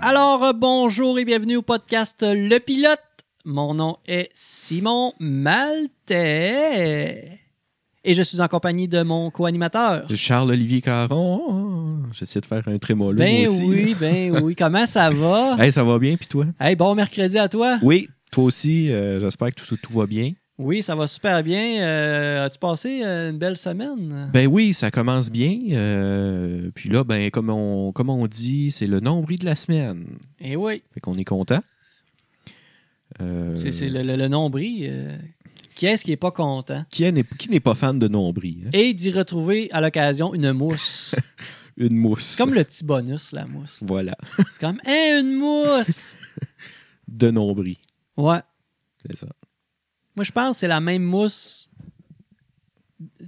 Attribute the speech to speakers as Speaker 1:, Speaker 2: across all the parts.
Speaker 1: Alors, euh, bonjour et bienvenue au podcast Le Pilote. Mon nom est Simon Maltais. Et je suis en compagnie de mon co-animateur.
Speaker 2: Charles-Olivier Caron, oh, j'essaie de faire un trémolo
Speaker 1: Ben
Speaker 2: aussi.
Speaker 1: oui, ben oui. Comment ça va?
Speaker 2: Hey, ça va bien, puis toi?
Speaker 1: Hey, bon mercredi à toi.
Speaker 2: Oui, toi aussi, euh, j'espère que tout, tout va bien.
Speaker 1: Oui, ça va super bien. Euh, As-tu passé euh, une belle semaine?
Speaker 2: Ben oui, ça commence bien. euh, puis là, ben comme on, comme on dit, c'est le nombril de la semaine.
Speaker 1: Eh oui,
Speaker 2: Fait qu'on est content. Euh,
Speaker 1: c'est c'est le, le- le nombril. euh, qui est-ce qui n'est pas content?
Speaker 2: Qui n'est qui n'est pas fan de nombril? hein?
Speaker 1: Et d'y retrouver à l'occasion une mousse.
Speaker 2: Une mousse.
Speaker 1: C'est comme le petit bonus, la mousse.
Speaker 2: Voilà,
Speaker 1: C'est comme, hé, une mousse!
Speaker 2: de nombril.
Speaker 1: Ouais.
Speaker 2: C'est ça.
Speaker 1: Moi, je pense que c'est la même mousse.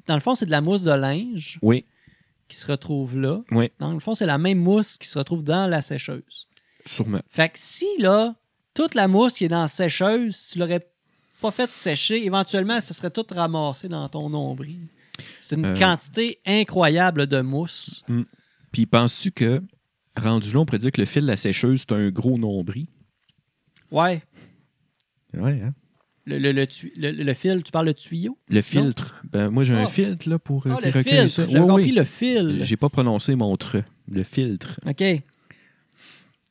Speaker 1: Dans le fond, c'est de la mousse de linge
Speaker 2: Oui,
Speaker 1: qui se retrouve là.
Speaker 2: Oui.
Speaker 1: Dans le fond, c'est la même mousse qui se retrouve dans la sécheuse.
Speaker 2: sûrement.
Speaker 1: Fait que si, là, toute la mousse qui est dans la sécheuse, si tu l'aurais pas fait sécher, éventuellement, ça serait tout ramassé dans ton nombril. C'est une
Speaker 2: Euh.
Speaker 1: quantité incroyable de mousse.
Speaker 2: Puis penses-tu que, rendu là, on pourrait dire que le fil de la sécheuse, c'est un gros nombril?
Speaker 1: Ouais.
Speaker 2: Ouais, hein?
Speaker 1: Le, le, le tui- le- le fil, tu parles de tuyau?
Speaker 2: Le filtre. Ben, moi, j'ai un
Speaker 1: Ah.
Speaker 2: filtre là, pour euh,
Speaker 1: Ah,
Speaker 2: qui
Speaker 1: le
Speaker 2: recueille
Speaker 1: fil.
Speaker 2: ça.
Speaker 1: J'ai
Speaker 2: Oui, oui.
Speaker 1: compris le fil.
Speaker 2: J'ai pas prononcé mon tre. Le filtre.
Speaker 1: OK. Ben,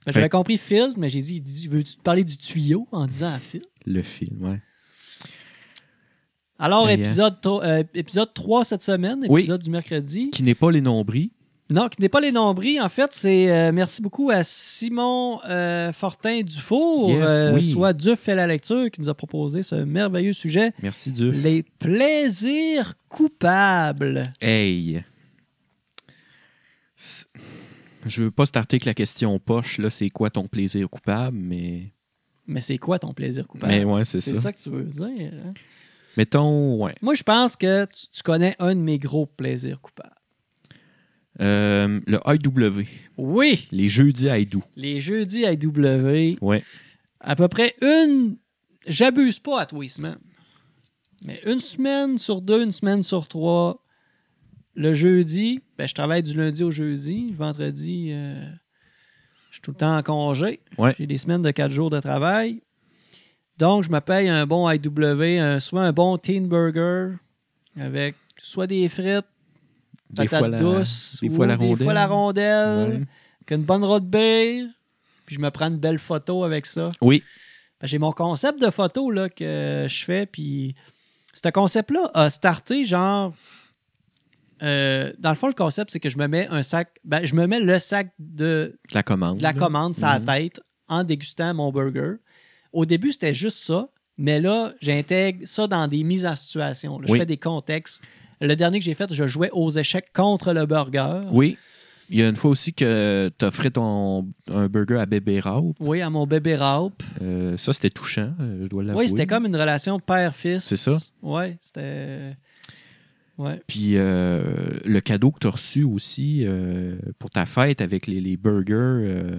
Speaker 1: J'avais compris filtre, mais j'ai dit, dis- veux-tu te parler du tuyau en disant filtre?
Speaker 2: Le fil, ouais.
Speaker 1: Alors,
Speaker 2: Mais,
Speaker 1: épisode, tro- euh, épisode 3 cette semaine,
Speaker 2: Oui.
Speaker 1: épisode du mercredi.
Speaker 2: Qui n'est pas les nombris.
Speaker 1: Non, qui n'est pas les nombris, en fait, c'est euh, merci beaucoup à Simon euh, Fortin Dufour,
Speaker 2: Yes,
Speaker 1: euh,
Speaker 2: oui.
Speaker 1: soit Dieu fait la lecture, qui nous a proposé ce merveilleux sujet,
Speaker 2: Merci Dieu.
Speaker 1: les plaisirs coupables.
Speaker 2: Hey. C'est- Je veux pas starter avec la question poche, là, c'est quoi ton plaisir coupable, mais.
Speaker 1: Mais c'est quoi ton plaisir coupable?
Speaker 2: mais ouais, c'est
Speaker 1: Ben, c'est
Speaker 2: ça.
Speaker 1: ça que tu veux dire. hein?
Speaker 2: Mettons, ouais.
Speaker 1: Moi, je pense que tu, tu connais un de mes gros plaisirs coupables.
Speaker 2: Euh, le IW.
Speaker 1: Oui!
Speaker 2: Les jeudis IW.
Speaker 1: les jeudis à W,
Speaker 2: Ouais.
Speaker 1: à peu près une. J'abuse pas à tous les semaines. Mais une semaine sur deux, une semaine sur trois. Le jeudi, ben, je travaille du lundi au jeudi. Le vendredi, euh, je suis tout le temps en congé.
Speaker 2: Ouais.
Speaker 1: J'ai des semaines de quatre jours de travail. Donc, je me paye un bon IW, un, soit un bon Teen Burger avec soit des frites,
Speaker 2: Des
Speaker 1: patates
Speaker 2: fois la-
Speaker 1: douces,
Speaker 2: des
Speaker 1: ou
Speaker 2: fois la
Speaker 1: Des fois la rondelle
Speaker 2: Ouais.
Speaker 1: qu'une bonne road beer, puis je me prends une belle photo avec ça.
Speaker 2: Oui.
Speaker 1: Ben, J'ai mon concept de photo là, que euh, je fais, puis ce concept-là a starté genre. euh, dans le fond, le concept, c'est que je me mets un sac. ben, je me mets le sac de,
Speaker 2: La commande.
Speaker 1: de la
Speaker 2: là.
Speaker 1: commande sur la
Speaker 2: Mhm.
Speaker 1: tête en dégustant mon burger. Au début, c'était juste ça, mais là, j'intègre ça dans des mises en situation. là. Je
Speaker 2: Oui.
Speaker 1: fais des contextes. Le dernier que j'ai fait, je jouais aux échecs contre le burger.
Speaker 2: Oui. Il y a une fois aussi que tu offrais ton, un burger à bébé Rao.
Speaker 1: Oui, à mon bébé raup.
Speaker 2: Euh, ça, c'était touchant, euh, je dois l'avouer.
Speaker 1: Oui, c'était comme une relation père-fils.
Speaker 2: C'est ça?
Speaker 1: Oui, c'était. Ouais.
Speaker 2: Puis euh, le cadeau que tu as reçu aussi euh, pour ta fête avec les, les burgers. euh,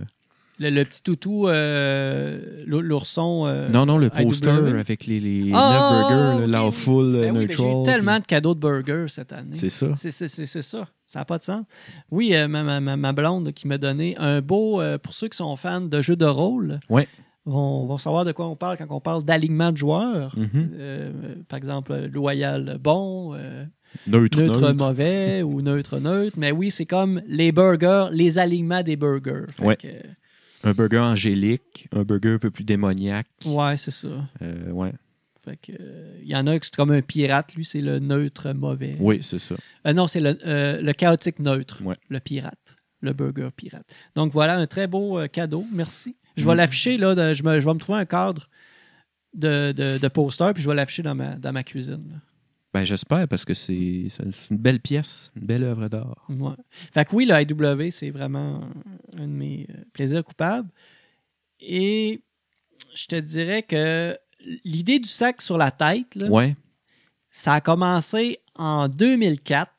Speaker 1: Le, le petit toutou, euh, l'ou- l'ourson. euh,
Speaker 2: non, non, le
Speaker 1: IW.
Speaker 2: poster avec les, les
Speaker 1: Ah,
Speaker 2: neuf burgers,
Speaker 1: ok,
Speaker 2: là,
Speaker 1: oui. Ben
Speaker 2: full,
Speaker 1: oui, mais
Speaker 2: euh, neutral.
Speaker 1: J'ai eu tellement
Speaker 2: puis-
Speaker 1: de cadeaux de burgers cette année.
Speaker 2: C'est ça.
Speaker 1: C'est c'est- c'est- c'est ça. Ça n'a pas de sens. Oui, euh, ma, ma- ma- ma blonde qui m'a donné un beau. euh, pour ceux qui sont fans de jeux de rôle,
Speaker 2: Ouais.
Speaker 1: vont, vont savoir de quoi on parle quand on parle d'alignement de joueurs.
Speaker 2: Mhm.
Speaker 1: Euh, par exemple, euh, loyal bon, euh,
Speaker 2: Neutre,
Speaker 1: neutre,
Speaker 2: neutre.
Speaker 1: mauvais ou neutre neutre. Mais oui, c'est comme les burgers, les alignements des burgers. Fait
Speaker 2: Ouais.
Speaker 1: que, euh,
Speaker 2: Un burger angélique, un burger un peu plus démoniaque.
Speaker 1: ouais, c'est ça.
Speaker 2: Euh, ouais.
Speaker 1: Fait que, euh, il y en a que c'est comme un pirate, lui, c'est le neutre mauvais.
Speaker 2: Oui, c'est ça.
Speaker 1: Euh, non, c'est le, euh, le chaotique neutre,
Speaker 2: Ouais.
Speaker 1: le pirate, le burger pirate. Donc voilà, un très beau euh, cadeau. Merci. Je vais
Speaker 2: Mm.
Speaker 1: l'afficher, là, de- je, me- je vais me trouver un cadre de, de, de poster, puis je vais l'afficher dans ma, dans ma cuisine. là.
Speaker 2: Ben, J'espère parce que c'est c'est une belle pièce, une belle œuvre d'art.
Speaker 1: Ouais. Fait que oui, le IW, c'est vraiment un, un de mes euh, plaisirs coupables. Et je te dirais que l'idée du sac sur la tête, là,
Speaker 2: Ouais.
Speaker 1: ça a commencé en 2004.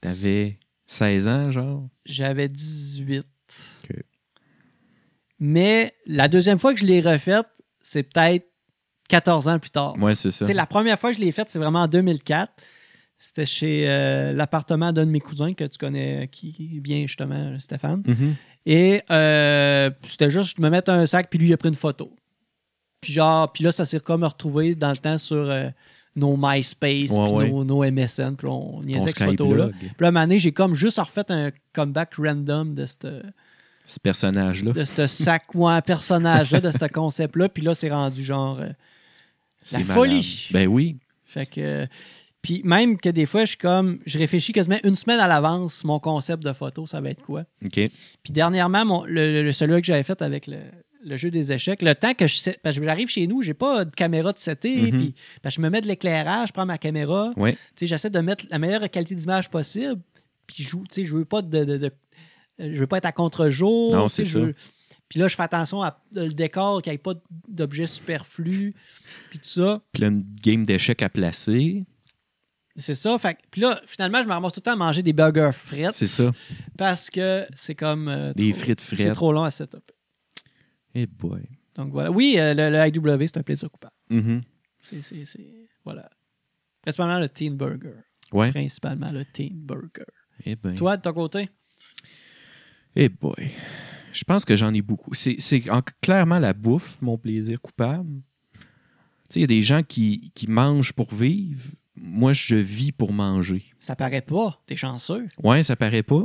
Speaker 2: T'avais 16 ans, genre?
Speaker 1: J'avais 18.
Speaker 2: Ok.
Speaker 1: Mais la deuxième fois que je l'ai refaite, c'est peut-être 14 ans plus tard. Oh.
Speaker 2: Ouais, c'est ça.
Speaker 1: Tu sais, la première fois que je l'ai faite, c'est vraiment en 2004. C'était chez euh, l'appartement d'un de mes cousins que tu connais, euh, qui vient justement, euh, Stéphane.
Speaker 2: Mhm.
Speaker 1: Et euh, c'était juste, je me mettre un sac, puis lui, il a pris une photo. Puis genre, puis là, ça s'est comme retrouvé dans le temps sur euh, nos MySpace,
Speaker 2: Ouais,
Speaker 1: puis
Speaker 2: ouais.
Speaker 1: nos, nos MSN, puis on niaisait
Speaker 2: Ton
Speaker 1: avec cette photo-là.
Speaker 2: Skyblog.
Speaker 1: Puis là, à un moment donné, j'ai comme juste refait un comeback random de ce
Speaker 2: Ce personnage-là.
Speaker 1: de ce sac ou un personnage-là, de ce concept-là. Puis là, c'est rendu genre... euh, la
Speaker 2: C'est malade.
Speaker 1: folie.
Speaker 2: Ben oui.
Speaker 1: fait que... Puis même que des fois, je suis comme... Je réfléchis quasiment une semaine à l'avance, mon concept de photo, ça va être quoi?
Speaker 2: OK.
Speaker 1: Puis dernièrement, mon, le, le- celui que j'avais fait avec le, le jeu des échecs, le temps que je sais, parce que j'arrive chez nous, j'ai pas de caméra de CT,
Speaker 2: Mhm.
Speaker 1: puis parce que je me mets de l'éclairage, je prends ma caméra, tu
Speaker 2: Ouais.
Speaker 1: sais, j'essaie de mettre la meilleure qualité d'image possible, puis je, joue- tu sais, je veux pas de, de- de- euh, je veux pas être à contre-jour,
Speaker 2: Non,
Speaker 1: tu sais,
Speaker 2: c'est
Speaker 1: je
Speaker 2: ça.
Speaker 1: veux- Puis là, je fais attention à euh, le décor, qu'il n'y ait pas d'objets superflus, puis tout ça.
Speaker 2: Puis là, une game d'échecs à placer.
Speaker 1: C'est ça. Fait, que- puis là, finalement, je me ramasse tout le temps à manger des burgers frites.
Speaker 2: C'est ça.
Speaker 1: Parce que c'est comme. euh,
Speaker 2: Des
Speaker 1: trop-
Speaker 2: frites
Speaker 1: C'est
Speaker 2: frites.
Speaker 1: trop long à setup.
Speaker 2: Eh boy.
Speaker 1: Donc voilà. Oui, euh, le, le IW, c'est un plaisir coupable.
Speaker 2: Mhm.
Speaker 1: C'est, c'est, c'est- Voilà. Principalement le Teen Burger.
Speaker 2: Ouais.
Speaker 1: Principalement le Teen Burger.
Speaker 2: Eh ben.
Speaker 1: Toi, de ton côté?
Speaker 2: Eh boy. Je pense que j'en ai beaucoup. C'est c'est en- clairement la bouffe, mon plaisir coupable. Tu sais, il y a des gens qui, qui mangent pour vivre. Moi, je vis pour manger.
Speaker 1: Ça paraît pas. T'es chanceux.
Speaker 2: Ouais, ça paraît pas.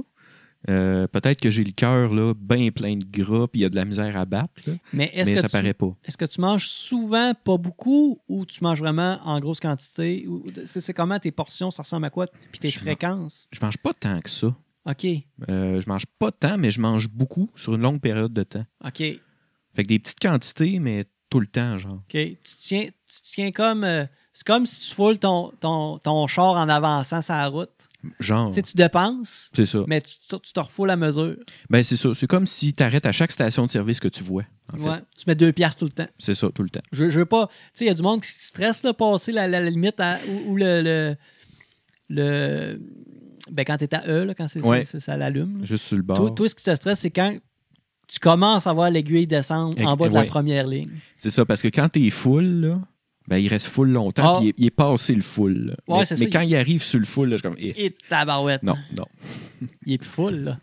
Speaker 2: Euh, Peut-être que j'ai le cœur là, bien plein de gras, puis il y a de la misère à battre, là.
Speaker 1: Mais est-ce,
Speaker 2: mais
Speaker 1: que
Speaker 2: ça
Speaker 1: tu,
Speaker 2: paraît pas.
Speaker 1: est-ce que tu manges souvent pas beaucoup ou tu manges vraiment en grosse quantité? Ou, c'est, c'est comment tes portions, ça ressemble à quoi? Puis tes
Speaker 2: Je mange-
Speaker 1: fréquences?
Speaker 2: Je mange pas tant que ça.
Speaker 1: OK.
Speaker 2: Euh, je mange pas tant, mais je mange beaucoup sur une longue période de temps.
Speaker 1: OK.
Speaker 2: Fait que des petites quantités, mais tout le temps, genre.
Speaker 1: OK. Tu tiens, tu tiens comme... euh, c'est comme si tu foules ton, ton, ton char en avançant sur la route.
Speaker 2: Genre.
Speaker 1: Tu sais, tu dépenses,
Speaker 2: C'est ça.
Speaker 1: mais tu, tu te refoules à mesure.
Speaker 2: Ben, c'est ça. C'est comme si tu arrêtes à chaque station de service que tu vois. En fait.
Speaker 1: Ouais, tu mets deux piastres tout le temps.
Speaker 2: C'est ça, tout le temps.
Speaker 1: Je, je veux pas. Tu sais, il y a du monde qui se stresse là, passer la, la- la limite à- ou, ou le, le, le- Ben, quand t'es à E, là, quand c'est
Speaker 2: Ouais.
Speaker 1: ça, ça l'allume. là.
Speaker 2: Juste sur le bord.
Speaker 1: Mm. Toi, toi, ce qui te stresse, c'est quand tu commences à voir l'aiguille descendre
Speaker 2: Et-
Speaker 1: en bas de la
Speaker 2: ouais.
Speaker 1: première ligne.
Speaker 2: C'est ça, parce que quand t'es full, là, ben, il reste full longtemps,
Speaker 1: Ah.
Speaker 2: puis il, est- il est passé le full. là.
Speaker 1: Ouais,
Speaker 2: mais,
Speaker 1: c'est
Speaker 2: mais
Speaker 1: ça.
Speaker 2: quand il arrive sur le full, là, je suis comme. eh,
Speaker 1: Et tabarouette.
Speaker 2: Non, non.
Speaker 1: Il est plus full, là.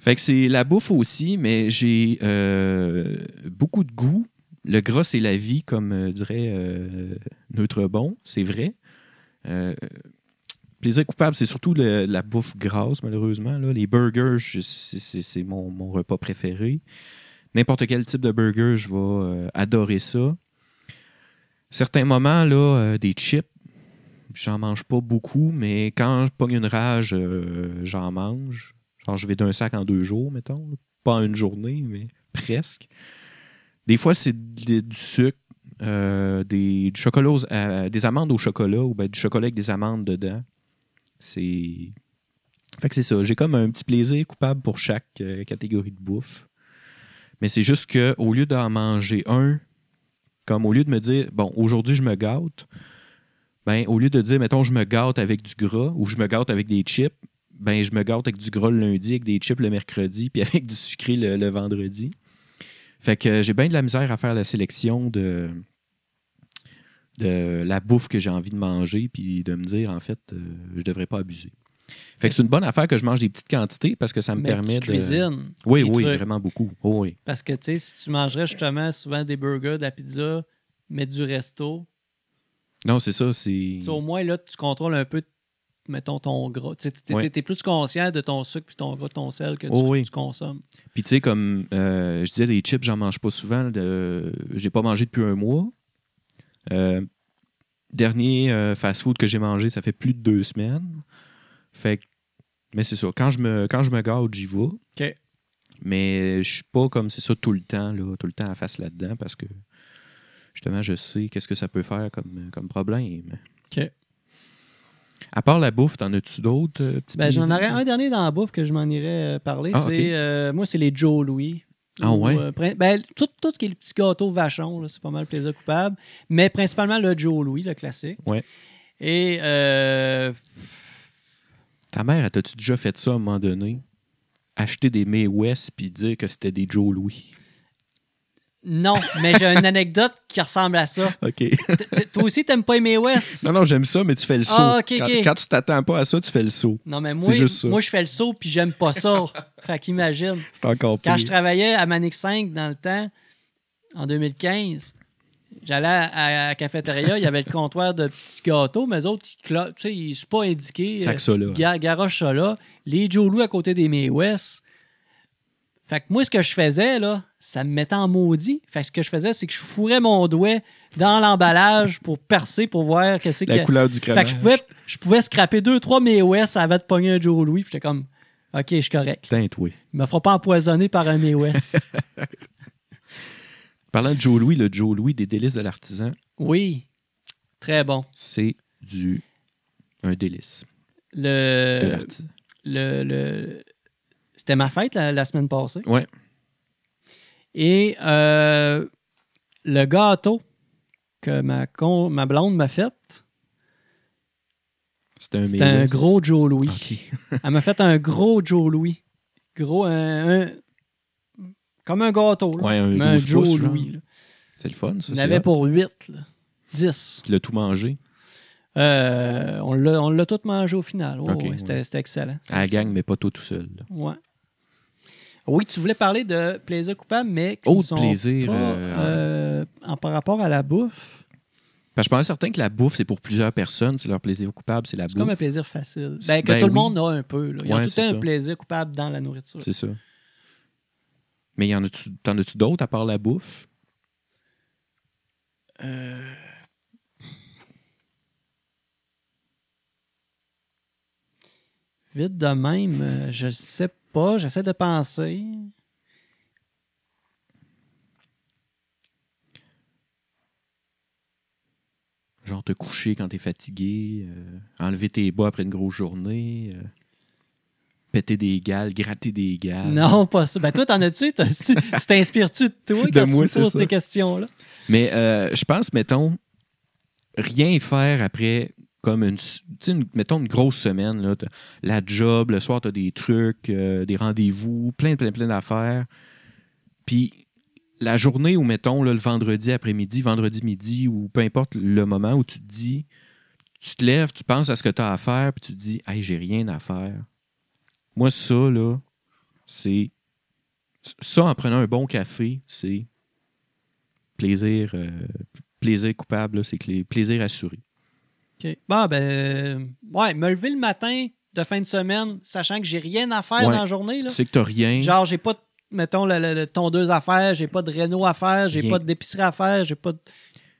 Speaker 2: Fait que c'est la bouffe aussi, mais j'ai euh, beaucoup de goût. Le gras, c'est la vie, comme euh, dirait euh, Neutre Bon, c'est vrai. Euh, plaisir coupable, c'est surtout le- la bouffe grasse, malheureusement. là. Les burgers, je- c'est- c'est c'est mon, mon repas préféré. N'importe quel type de burger, je vais euh, adorer ça. Certains moments, là, euh, des chips, j'en mange pas beaucoup, mais quand je pogne une rage, euh, j'en mange. Genre, je vais d'un sac en deux jours, mettons. là. Pas en une journée, mais presque. Des fois, c'est de- du sucre, euh, des, du chocolat aux- euh, des amandes au chocolat ou ben, du chocolat avec des amandes dedans. C'est. Fait que c'est ça. J'ai comme un petit plaisir coupable pour chaque euh, catégorie de bouffe. Mais c'est juste que au lieu d'en manger un, comme au lieu de me dire, bon, aujourd'hui, je me gâte, ben, au lieu de dire, mettons, je me gâte avec du gras ou je me gâte avec des chips, ben je me gâte avec du gras le lundi, avec des chips le mercredi, puis avec du sucré le, le vendredi. Fait que euh, j'ai bien de la misère à faire la sélection de, de la bouffe que j'ai envie de manger, puis de me dire, en fait, euh, je devrais pas abuser. Fait que c'est une bonne affaire que je mange des petites quantités parce que ça me
Speaker 1: Mais
Speaker 2: permet
Speaker 1: tu
Speaker 2: de.
Speaker 1: cuisines.
Speaker 2: Oui,
Speaker 1: des
Speaker 2: oui,
Speaker 1: trucs.
Speaker 2: vraiment beaucoup. Oh, oui.
Speaker 1: Parce que, tu sais, si tu mangerais justement souvent des burgers, de la pizza, mais du resto,
Speaker 2: Non, c'est ça, c'est.
Speaker 1: Tu sais, au moins, là, tu contrôles un peu, mettons, ton gras. Tu es,
Speaker 2: Ouais.
Speaker 1: plus conscient de ton sucre puis ton gras, ton sel que tu,
Speaker 2: Oh oui.
Speaker 1: tu consommes.
Speaker 2: Puis tu sais, comme euh, je disais, les chips, j'en mange pas souvent. de- J'ai pas mangé depuis un mois. Euh, dernier euh, fast-food que j'ai mangé, ça fait plus de deux semaines. Fait que- mais c'est ça. Quand je me, quand je me garde, j'y vais.
Speaker 1: OK.
Speaker 2: Mais je suis pas comme c'est ça tout le temps, là, tout le temps à face là-dedans parce que justement, je sais qu'est-ce que ça peut faire comme, comme problème.
Speaker 1: OK.
Speaker 2: À part la bouffe, t'en as-tu d'autres? euh, petites
Speaker 1: Ben, J'en
Speaker 2: plaisirs?
Speaker 1: aurais un dernier dans la bouffe que je m'en irais euh, parler.
Speaker 2: Ah,
Speaker 1: c'est,
Speaker 2: ok.
Speaker 1: euh, moi, c'est les Joe Louis.
Speaker 2: Ah
Speaker 1: Ou,
Speaker 2: ouais?
Speaker 1: euh, prin- ben, tout, tout ce qui est le petit gâteau vachon, là, c'est pas mal plaisir coupable. Mais principalement le Joe Louis, le classique.
Speaker 2: Ouais.
Speaker 1: Et euh,
Speaker 2: Ta mère, t'as-tu déjà fait ça à un moment donné? Acheter des May West puis dire que c'était des Joe Louis.
Speaker 1: Non, mais j'ai une anecdote qui ressemble à ça.
Speaker 2: OK.
Speaker 1: T- t- Toi aussi, t'aimes pas Aimé West?
Speaker 2: Non, non, j'aime ça, mais tu fais le saut.
Speaker 1: Ah, ok,
Speaker 2: quand,
Speaker 1: ok.
Speaker 2: quand tu t'attends pas à ça, tu fais le saut.
Speaker 1: Non, mais
Speaker 2: C'est
Speaker 1: moi,
Speaker 2: juste ça.
Speaker 1: moi je fais le saut puis j'aime pas ça. fait qu'imagine.
Speaker 2: C'est encore pire.
Speaker 1: Quand je travaillais à Manic 5 dans le temps, en 2015, j'allais à à la cafétéria, il y avait le comptoir de petits gâteaux, mais eux autres, ils cla- tu sais, ils sont pas indiqués.
Speaker 2: Sac ça là.
Speaker 1: Ga- Garoche ça là. Les Joe Louis à côté des May West. Fait que moi, ce que je faisais, là, ça me mettait en maudit. Fait que ce que je faisais, c'est que je fourrais mon doigt dans l'emballage pour percer, pour voir qu'est-ce
Speaker 2: La
Speaker 1: que...
Speaker 2: couleur du
Speaker 1: euh, Fait
Speaker 2: crémage.
Speaker 1: que je pouvais, je pouvais scraper deux, trois May West avant de pogner un Joe Louis. Puis j'étais comme, OK, je suis correct.
Speaker 2: Putain, toi.
Speaker 1: Il me fera pas empoisonner par un May West.
Speaker 2: Parlant de Joe Louis, le Joe Louis des délices de l'artisan,
Speaker 1: Oui. Très bon.
Speaker 2: c'est du. Un délice de
Speaker 1: Le,
Speaker 2: l'artisan.
Speaker 1: le, le- C'était ma fête la, la semaine passée.
Speaker 2: Ouais.
Speaker 1: Et euh, le gâteau que ma, con- ma blonde m'a fait,
Speaker 2: C'est un Ah.
Speaker 1: c'était un
Speaker 2: délice.
Speaker 1: gros Joe Louis.
Speaker 2: OK.
Speaker 1: Elle m'a fait un gros Joe Louis. Gros, un. un- comme un gâteau. Là.
Speaker 2: Ouais, un
Speaker 1: Mais un
Speaker 2: 12
Speaker 1: Joe
Speaker 2: pouces, genre.
Speaker 1: Louis. là.
Speaker 2: C'est le fun, ça.
Speaker 1: Il y en
Speaker 2: c'est
Speaker 1: avait
Speaker 2: hot.
Speaker 1: pour 8, 10.
Speaker 2: Tu l'as tout mangé.
Speaker 1: Euh, on l'a on l'a tout mangé au final. Ouais,
Speaker 2: Ok,
Speaker 1: ouais,
Speaker 2: ouais.
Speaker 1: C'était c'était excellent. C'était
Speaker 2: À la
Speaker 1: excellent.
Speaker 2: gang, mais pas toi tout seul. là.
Speaker 1: Ouais. Oui, tu voulais parler de plaisir coupable, mais qui ne
Speaker 2: Autre
Speaker 1: sont
Speaker 2: plaisir.
Speaker 1: pas,
Speaker 2: euh,
Speaker 1: euh, en par rapport à la bouffe,
Speaker 2: parce que je pense certain que la bouffe, c'est pour plusieurs personnes. C'est leur plaisir coupable, c'est la
Speaker 1: c'est comme
Speaker 2: bouffe.
Speaker 1: un plaisir facile.
Speaker 2: C'est-
Speaker 1: Ben, que
Speaker 2: ben
Speaker 1: tout
Speaker 2: oui.
Speaker 1: le monde a un peu. Là. Ils ont
Speaker 2: Ouais,
Speaker 1: tout le
Speaker 2: c'est
Speaker 1: temps
Speaker 2: ça.
Speaker 1: un plaisir coupable dans la nourriture.
Speaker 2: C'est ça. Mais y en a-tu- t'en as-tu d'autres à part la bouffe?
Speaker 1: Euh, Vite de même, euh, je sais pas, j'essaie de penser.
Speaker 2: Genre te coucher quand t'es fatigué, euh, enlever tes bas après une grosse journée, euh, péter des gales, gratter des gales.
Speaker 1: Non, pas ça. Ben toi, t'en as-tu? T'as- Tu tu t'inspires-tu de toi
Speaker 2: De
Speaker 1: quand
Speaker 2: moi,
Speaker 1: tu
Speaker 2: c'est
Speaker 1: me poses
Speaker 2: ça.
Speaker 1: tes questions-là?
Speaker 2: Mais euh, je pense, mettons, rien faire après comme une, s- tu sais, une- mettons une grosse semaine là, t'as la job le soir t'as des trucs euh, des rendez-vous plein plein plein d'affaires puis la journée où mettons là, le vendredi après-midi vendredi midi ou peu importe le moment où tu te dis tu te lèves tu penses à ce que tu as à faire puis tu te dis hey j'ai rien à faire moi ça là c'est ça en prenant un bon café c'est plaisir, euh, plaisir coupable, là, c'est que les plaisirs assurés.
Speaker 1: OK. Bon, ben, euh, ouais, me lever le matin de fin de semaine, sachant que j'ai rien à faire
Speaker 2: Ouais.
Speaker 1: dans la journée. Là.
Speaker 2: Tu sais que t'as rien.
Speaker 1: Genre, j'ai pas, de- mettons, le, le- le tondeuse à faire, j'ai pas de réno à faire, j'ai
Speaker 2: Rien.
Speaker 1: pas d'épicerie à faire, j'ai pas de-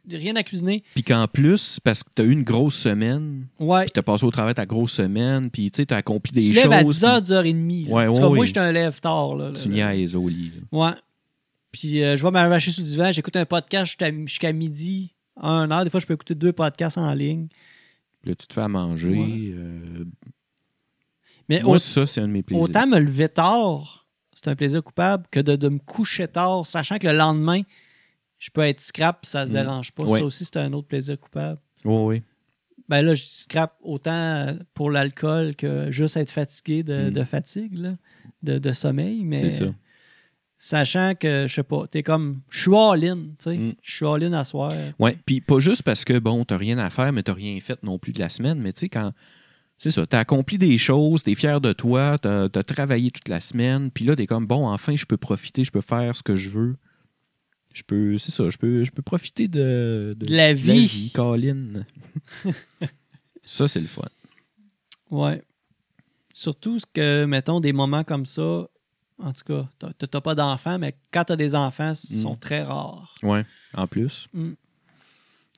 Speaker 1: de rien à cuisiner.
Speaker 2: Puis qu'en plus, parce que t'as eu une grosse semaine,
Speaker 1: Ouais.
Speaker 2: puis t'as passé au travail ta grosse semaine, puis tu sais, t'as accompli
Speaker 1: tu
Speaker 2: des
Speaker 1: te lèves à
Speaker 2: choses.
Speaker 1: 10h, 10h30.
Speaker 2: Ouais,
Speaker 1: en tout
Speaker 2: ouais,
Speaker 1: cas,
Speaker 2: ouais.
Speaker 1: moi, j'étais un lève tard. Là,
Speaker 2: puis
Speaker 1: là,
Speaker 2: Tu
Speaker 1: là.
Speaker 2: niaises au lit. là.
Speaker 1: Ouais. Puis euh, je vais m'arracher sous le divan, j'écoute un podcast jusqu'à jusqu'à midi, à 1 heure. Des fois, je peux écouter deux podcasts en ligne.
Speaker 2: Puis là, tu te fais à manger.
Speaker 1: Ouais.
Speaker 2: euh,
Speaker 1: Mais
Speaker 2: moi,
Speaker 1: au-
Speaker 2: ça, c'est un de mes plaisirs.
Speaker 1: autant me lever tard, c'est un plaisir coupable, que de, de me coucher tard, sachant que le lendemain, je peux être scrap, ça se
Speaker 2: Mm.
Speaker 1: dérange pas.
Speaker 2: Ouais.
Speaker 1: Ça aussi, c'est un autre plaisir coupable.
Speaker 2: Oui, oui.
Speaker 1: Ben là, je dis scrap autant pour l'alcool que juste être fatigué de,
Speaker 2: Mm.
Speaker 1: de fatigue, là, de, de sommeil.
Speaker 2: C'est
Speaker 1: Mais
Speaker 2: ça.
Speaker 1: sachant que, je sais pas, t'es comme, je suis all-in, tu sais.
Speaker 2: Mm.
Speaker 1: Je suis all-in à soir.
Speaker 2: Ouais, puis pas juste parce que, bon, t'as rien à faire, mais t'as rien fait non plus de la semaine, mais tu sais, quand. C'est ça, t'as accompli des choses, t'es fier de toi, t'as as travaillé toute la semaine, puis là, t'es comme, bon, enfin, je peux profiter, je peux faire ce que je veux. Je peux, c'est ça, je peux, je peux profiter de,
Speaker 1: De la vie.
Speaker 2: Colin. ça, c'est le fun.
Speaker 1: Ouais. Surtout ce que, mettons, des moments comme ça, en tout cas, t'as- t'as t'as pas d'enfants, mais quand t'as des enfants, ils
Speaker 2: Mm.
Speaker 1: sont très rares.
Speaker 2: Ouais, en plus,
Speaker 1: Mm.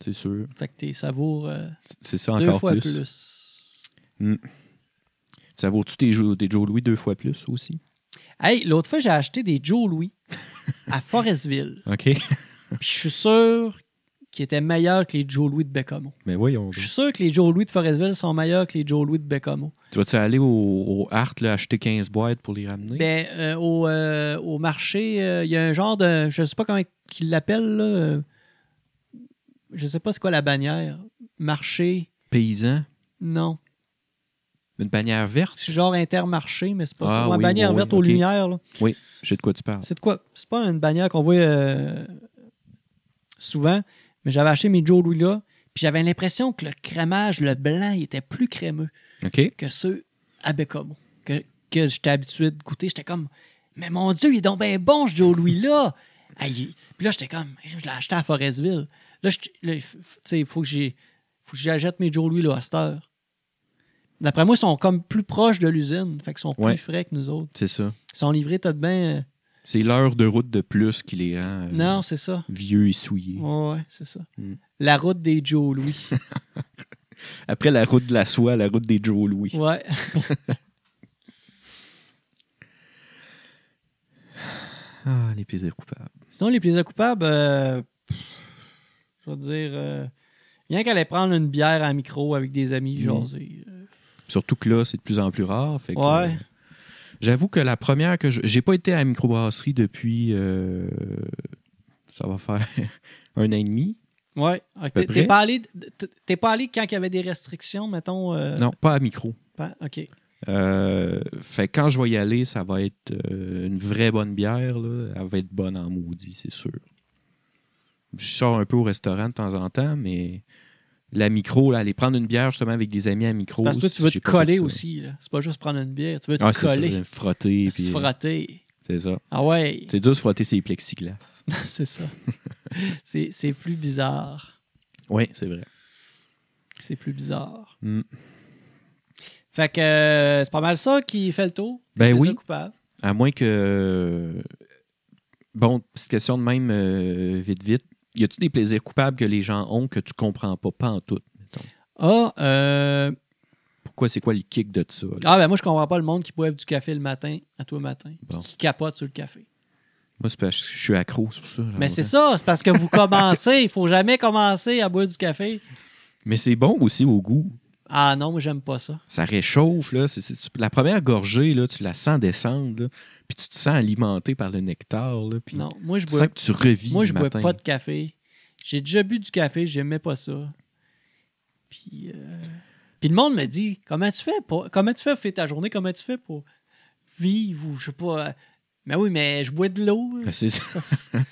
Speaker 2: c'est sûr.
Speaker 1: Fait que t'es savoures euh,
Speaker 2: C'est ça
Speaker 1: deux
Speaker 2: encore
Speaker 1: fois
Speaker 2: plus.
Speaker 1: plus.
Speaker 2: Ça vaut-tu tes, jo- des Joe Louis deux fois plus aussi?
Speaker 1: Hey, l'autre fois, j'ai acheté des Joe Louis à Forestville.
Speaker 2: OK.
Speaker 1: Puis je suis sûr qu'ils étaient meilleurs que les Joe Louis de Bécamo.
Speaker 2: Mais voyons. donc.
Speaker 1: Je suis sûr que les Joe Louis de Forestville sont meilleurs que les Joe Louis de Bécamo.
Speaker 2: Tu vas-tu aller au, au Art, là, acheter 15 boîtes pour les ramener?
Speaker 1: Ben, euh, au, euh, au marché, euh, il y a un genre de. Je sais pas comment ils l'appellent, là. euh, Je sais pas c'est quoi la bannière. Marché.
Speaker 2: Paysan?
Speaker 1: Non.
Speaker 2: Une bannière verte?
Speaker 1: C'est genre intermarché, mais c'est pas
Speaker 2: Ah
Speaker 1: ça. Une
Speaker 2: oui,
Speaker 1: bannière
Speaker 2: oui,
Speaker 1: verte
Speaker 2: oui,
Speaker 1: aux
Speaker 2: ok.
Speaker 1: lumières. là.
Speaker 2: Oui, je sais de quoi tu parles.
Speaker 1: C'est de quoi? C'est pas une bannière qu'on voit euh, souvent, mais j'avais acheté mes Joe Louis là, puis j'avais l'impression que le crémage, le blanc, il était plus crémeux
Speaker 2: OK?
Speaker 1: que ceux à Bécamo, que, que j'étais habitué de goûter. J'étais comme, mais mon Dieu, il est donc bien bon, ce Joe Louis là! Ah, il est- Puis là, j'étais comme, je l'ai acheté à Forestville. Là, je- là, il f- tu sais, il faut que j'ai- faut que j'achète mes Joe Louis là, à cette heure. D'après moi, ils sont comme plus proches de l'usine, fait qu'ils sont plus
Speaker 2: Ouais.
Speaker 1: frais que nous autres.
Speaker 2: C'est ça.
Speaker 1: Ils sont livrés tout de bien. euh,
Speaker 2: C'est l'heure de route de plus qui les rend euh,
Speaker 1: Non, c'est ça.
Speaker 2: vieux et souillés.
Speaker 1: Ouais, ouais, c'est ça.
Speaker 2: Mm.
Speaker 1: La route des Joe Louis.
Speaker 2: Après la route de la soie, la route des Joe Louis.
Speaker 1: Ouais.
Speaker 2: Ah, les plaisirs coupables.
Speaker 1: Sinon, les plaisirs coupables, euh, pff, je vais te dire, euh, rien qu'aller prendre une bière à micro avec des amis,
Speaker 2: Mm.
Speaker 1: jaser. euh,
Speaker 2: Surtout que là, c'est de plus en plus rare. fait que,
Speaker 1: Ouais.
Speaker 2: euh, J'avoue que la première que je. J'ai pas été à la microbrasserie depuis. euh, Ça va faire un an et demi.
Speaker 1: Ouais. Ok,
Speaker 2: peu
Speaker 1: T'es
Speaker 2: près.
Speaker 1: t'es pas, allé- t- t'es pas allé quand il y avait des restrictions, mettons. euh,
Speaker 2: Non, pas à micro.
Speaker 1: pas- OK.
Speaker 2: Euh, fait que quand je vais y aller, ça va être euh, une vraie bonne bière. là. Elle va être bonne en maudit, c'est sûr. Je sors un peu au restaurant de temps en temps, mais la micro, là, aller prendre une bière justement avec des amis à micro.
Speaker 1: Parce que toi, tu veux te
Speaker 2: j'ai pas fait
Speaker 1: coller
Speaker 2: ça.
Speaker 1: aussi. là. C'est pas juste prendre une bière. Tu veux te
Speaker 2: Ah, c'est ça,
Speaker 1: coller,
Speaker 2: de frotter.
Speaker 1: se
Speaker 2: puis- euh,
Speaker 1: frotter.
Speaker 2: C'est ça.
Speaker 1: Ah ouais,
Speaker 2: C'est dur de se frotter ses plexiglas.
Speaker 1: c'est ça. c'est c'est plus bizarre.
Speaker 2: oui, c'est vrai.
Speaker 1: C'est plus bizarre.
Speaker 2: Mm.
Speaker 1: Fait que euh, c'est pas mal ça qui fait le tour.
Speaker 2: Ben
Speaker 1: Plaisir
Speaker 2: oui.
Speaker 1: coupable.
Speaker 2: À moins que. Bon, petite question de même, euh, vite, vite. Y a-tu des plaisirs coupables que les gens ont que tu comprends pas, pas en tout?
Speaker 1: Ah, euh,
Speaker 2: Pourquoi c'est quoi le kick de ça? là?
Speaker 1: ah, ben moi, je comprends pas le monde qui boive du café le matin, à toi le matin, puis
Speaker 2: Bon.
Speaker 1: qui capote sur le café.
Speaker 2: Moi, c'est parce que je suis accro, c'est pour ça. là,
Speaker 1: Mais
Speaker 2: Ah, ouais.
Speaker 1: c'est ça, c'est parce que vous commencez. Il faut jamais commencer à boire du café.
Speaker 2: Mais c'est bon aussi au goût.
Speaker 1: Ah non, moi, j'aime pas ça.
Speaker 2: Ça réchauffe, là. C'est- c'est- la première gorgée, là, tu la sens descendre, là, puis tu te sens alimenté par le nectar, là, puis
Speaker 1: Non, moi, je
Speaker 2: tu sens
Speaker 1: bois,
Speaker 2: que tu revis
Speaker 1: moi,
Speaker 2: le
Speaker 1: je bois
Speaker 2: matin.
Speaker 1: pas de café. J'ai déjà bu du café, j'aimais pas ça. Puis, euh, puis le monde me dit Comment tu fais pour, Comment tu fais pour faire ta journée Comment tu fais pour vivre ou je sais pas. euh, Mais oui, mais je bois de l'eau.
Speaker 2: Mais Ben, c'est ça.
Speaker 1: Ça,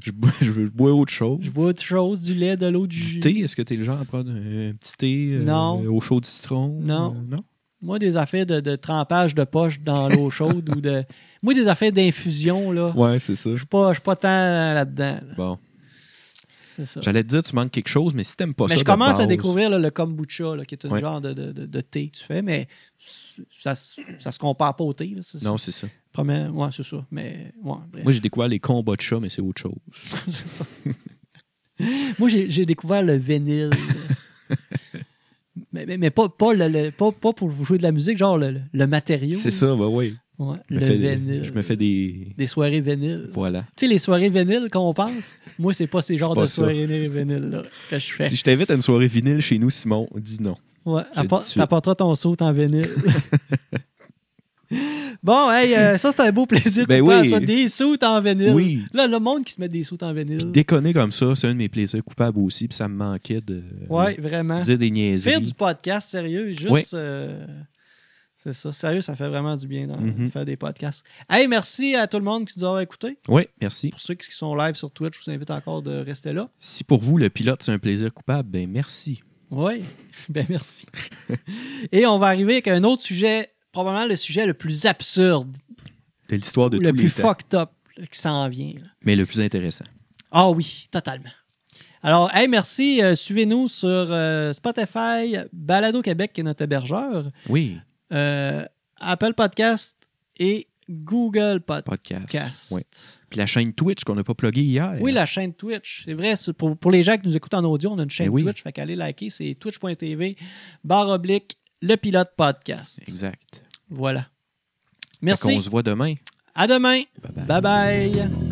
Speaker 2: Je bois, je bois autre chose.
Speaker 1: Je bois autre chose, du lait, de l'eau, du,
Speaker 2: Du
Speaker 1: jus.
Speaker 2: thé, est-ce que tu es le genre à prendre un petit thé euh,
Speaker 1: Non.
Speaker 2: au chaud de citron?
Speaker 1: Non.
Speaker 2: Euh, non?
Speaker 1: Moi, des affaires de, de trempage de poche dans l'eau chaude ou de. Moi, des affaires d'infusion, là.
Speaker 2: Ouais, c'est ça.
Speaker 1: Je suis pas, je suis pas tant là-dedans. là.
Speaker 2: Bon.
Speaker 1: C'est ça.
Speaker 2: J'allais te dire, tu manques quelque chose, mais si t'aimes pas ça.
Speaker 1: mais je
Speaker 2: de
Speaker 1: commence à
Speaker 2: base,
Speaker 1: découvrir là, le kombucha, là, qui est un
Speaker 2: Ouais.
Speaker 1: genre de, de- de- de thé que tu fais, mais ça, s- ça se compare pas au thé. Là, ça,
Speaker 2: Non, c'est ça.
Speaker 1: c'est- Premier... Ouais, c'est ça. Mais, ouais, bref.
Speaker 2: Moi, j'ai découvert les combats de chats, mais c'est autre chose.
Speaker 1: C'est ça. Moi, j'ai j'ai découvert le vinyle. mais mais, mais pas, pas, le, le- pas, pas pour vous jouer de la musique, genre le, le- le matériau.
Speaker 2: C'est
Speaker 1: là.
Speaker 2: ça, bah oui.
Speaker 1: Ouais,
Speaker 2: Je me
Speaker 1: le
Speaker 2: fais-
Speaker 1: vinyle.
Speaker 2: Je me fais des.
Speaker 1: Des soirées vinyles.
Speaker 2: Voilà.
Speaker 1: Tu sais, les soirées vinyles qu'on pense, moi, c'est pas ces genres
Speaker 2: pas
Speaker 1: de
Speaker 2: ça.
Speaker 1: soirées vinyles-là que je fais.
Speaker 2: Si je t'invite à une soirée vinyle chez nous, Simon, dis non.
Speaker 1: Ouais,
Speaker 2: Je
Speaker 1: apporte-
Speaker 2: dis suite.
Speaker 1: t'apporteras ton saut en vinyle. bon, hey, euh, ça, c'est un beau plaisir.
Speaker 2: Ben
Speaker 1: coupable,
Speaker 2: oui.
Speaker 1: ça, des sauts en vinyle.
Speaker 2: Oui.
Speaker 1: Là, le monde qui se met des sauts en vinyle.
Speaker 2: Déconner comme ça, c'est un de mes plaisirs coupables aussi, puis ça me manquait de
Speaker 1: Ouais,
Speaker 2: de
Speaker 1: vraiment.
Speaker 2: dire des
Speaker 1: Faire du
Speaker 2: niaiseries.
Speaker 1: podcast sérieux, juste.
Speaker 2: Ouais.
Speaker 1: euh, c'est ça. Sérieux, ça fait vraiment du bien d'en-
Speaker 2: Mhm.
Speaker 1: de faire des podcasts. Hey, merci à tout le monde qui nous a écoutés.
Speaker 2: Oui, merci.
Speaker 1: Pour ceux qui sont live sur Twitch, je vous invite encore de rester là.
Speaker 2: Si pour vous, le pilote, c'est un plaisir coupable, ben merci.
Speaker 1: Oui, ben merci. Et on va arriver avec un autre sujet, probablement le sujet le plus absurde,
Speaker 2: De l'histoire de
Speaker 1: ou le
Speaker 2: tous
Speaker 1: plus
Speaker 2: les temps,
Speaker 1: fucked up là, qui s'en vient. là.
Speaker 2: mais le plus intéressant.
Speaker 1: Ah oui, totalement. Alors, hey, merci. euh, Suivez-nous sur euh, Spotify, Balado Québec, qui est notre hébergeur,
Speaker 2: Oui,
Speaker 1: euh, Apple Podcast et Google Podcast.
Speaker 2: podcast. Ouais. Puis la chaîne Twitch qu'on n'a pas pluguée hier.
Speaker 1: Oui, la chaîne Twitch. C'est vrai, c'est pour, pour les gens qui nous écoutent en audio, on a une chaîne
Speaker 2: Ben oui.
Speaker 1: Twitch. Fait qu'allez liker, c'est twitch.tv, barre oblique, le pilote podcast.
Speaker 2: Exact.
Speaker 1: Voilà.
Speaker 2: On
Speaker 1: Merci.
Speaker 2: se voit demain.
Speaker 1: À demain.
Speaker 2: Bye-bye.
Speaker 1: bye. bye.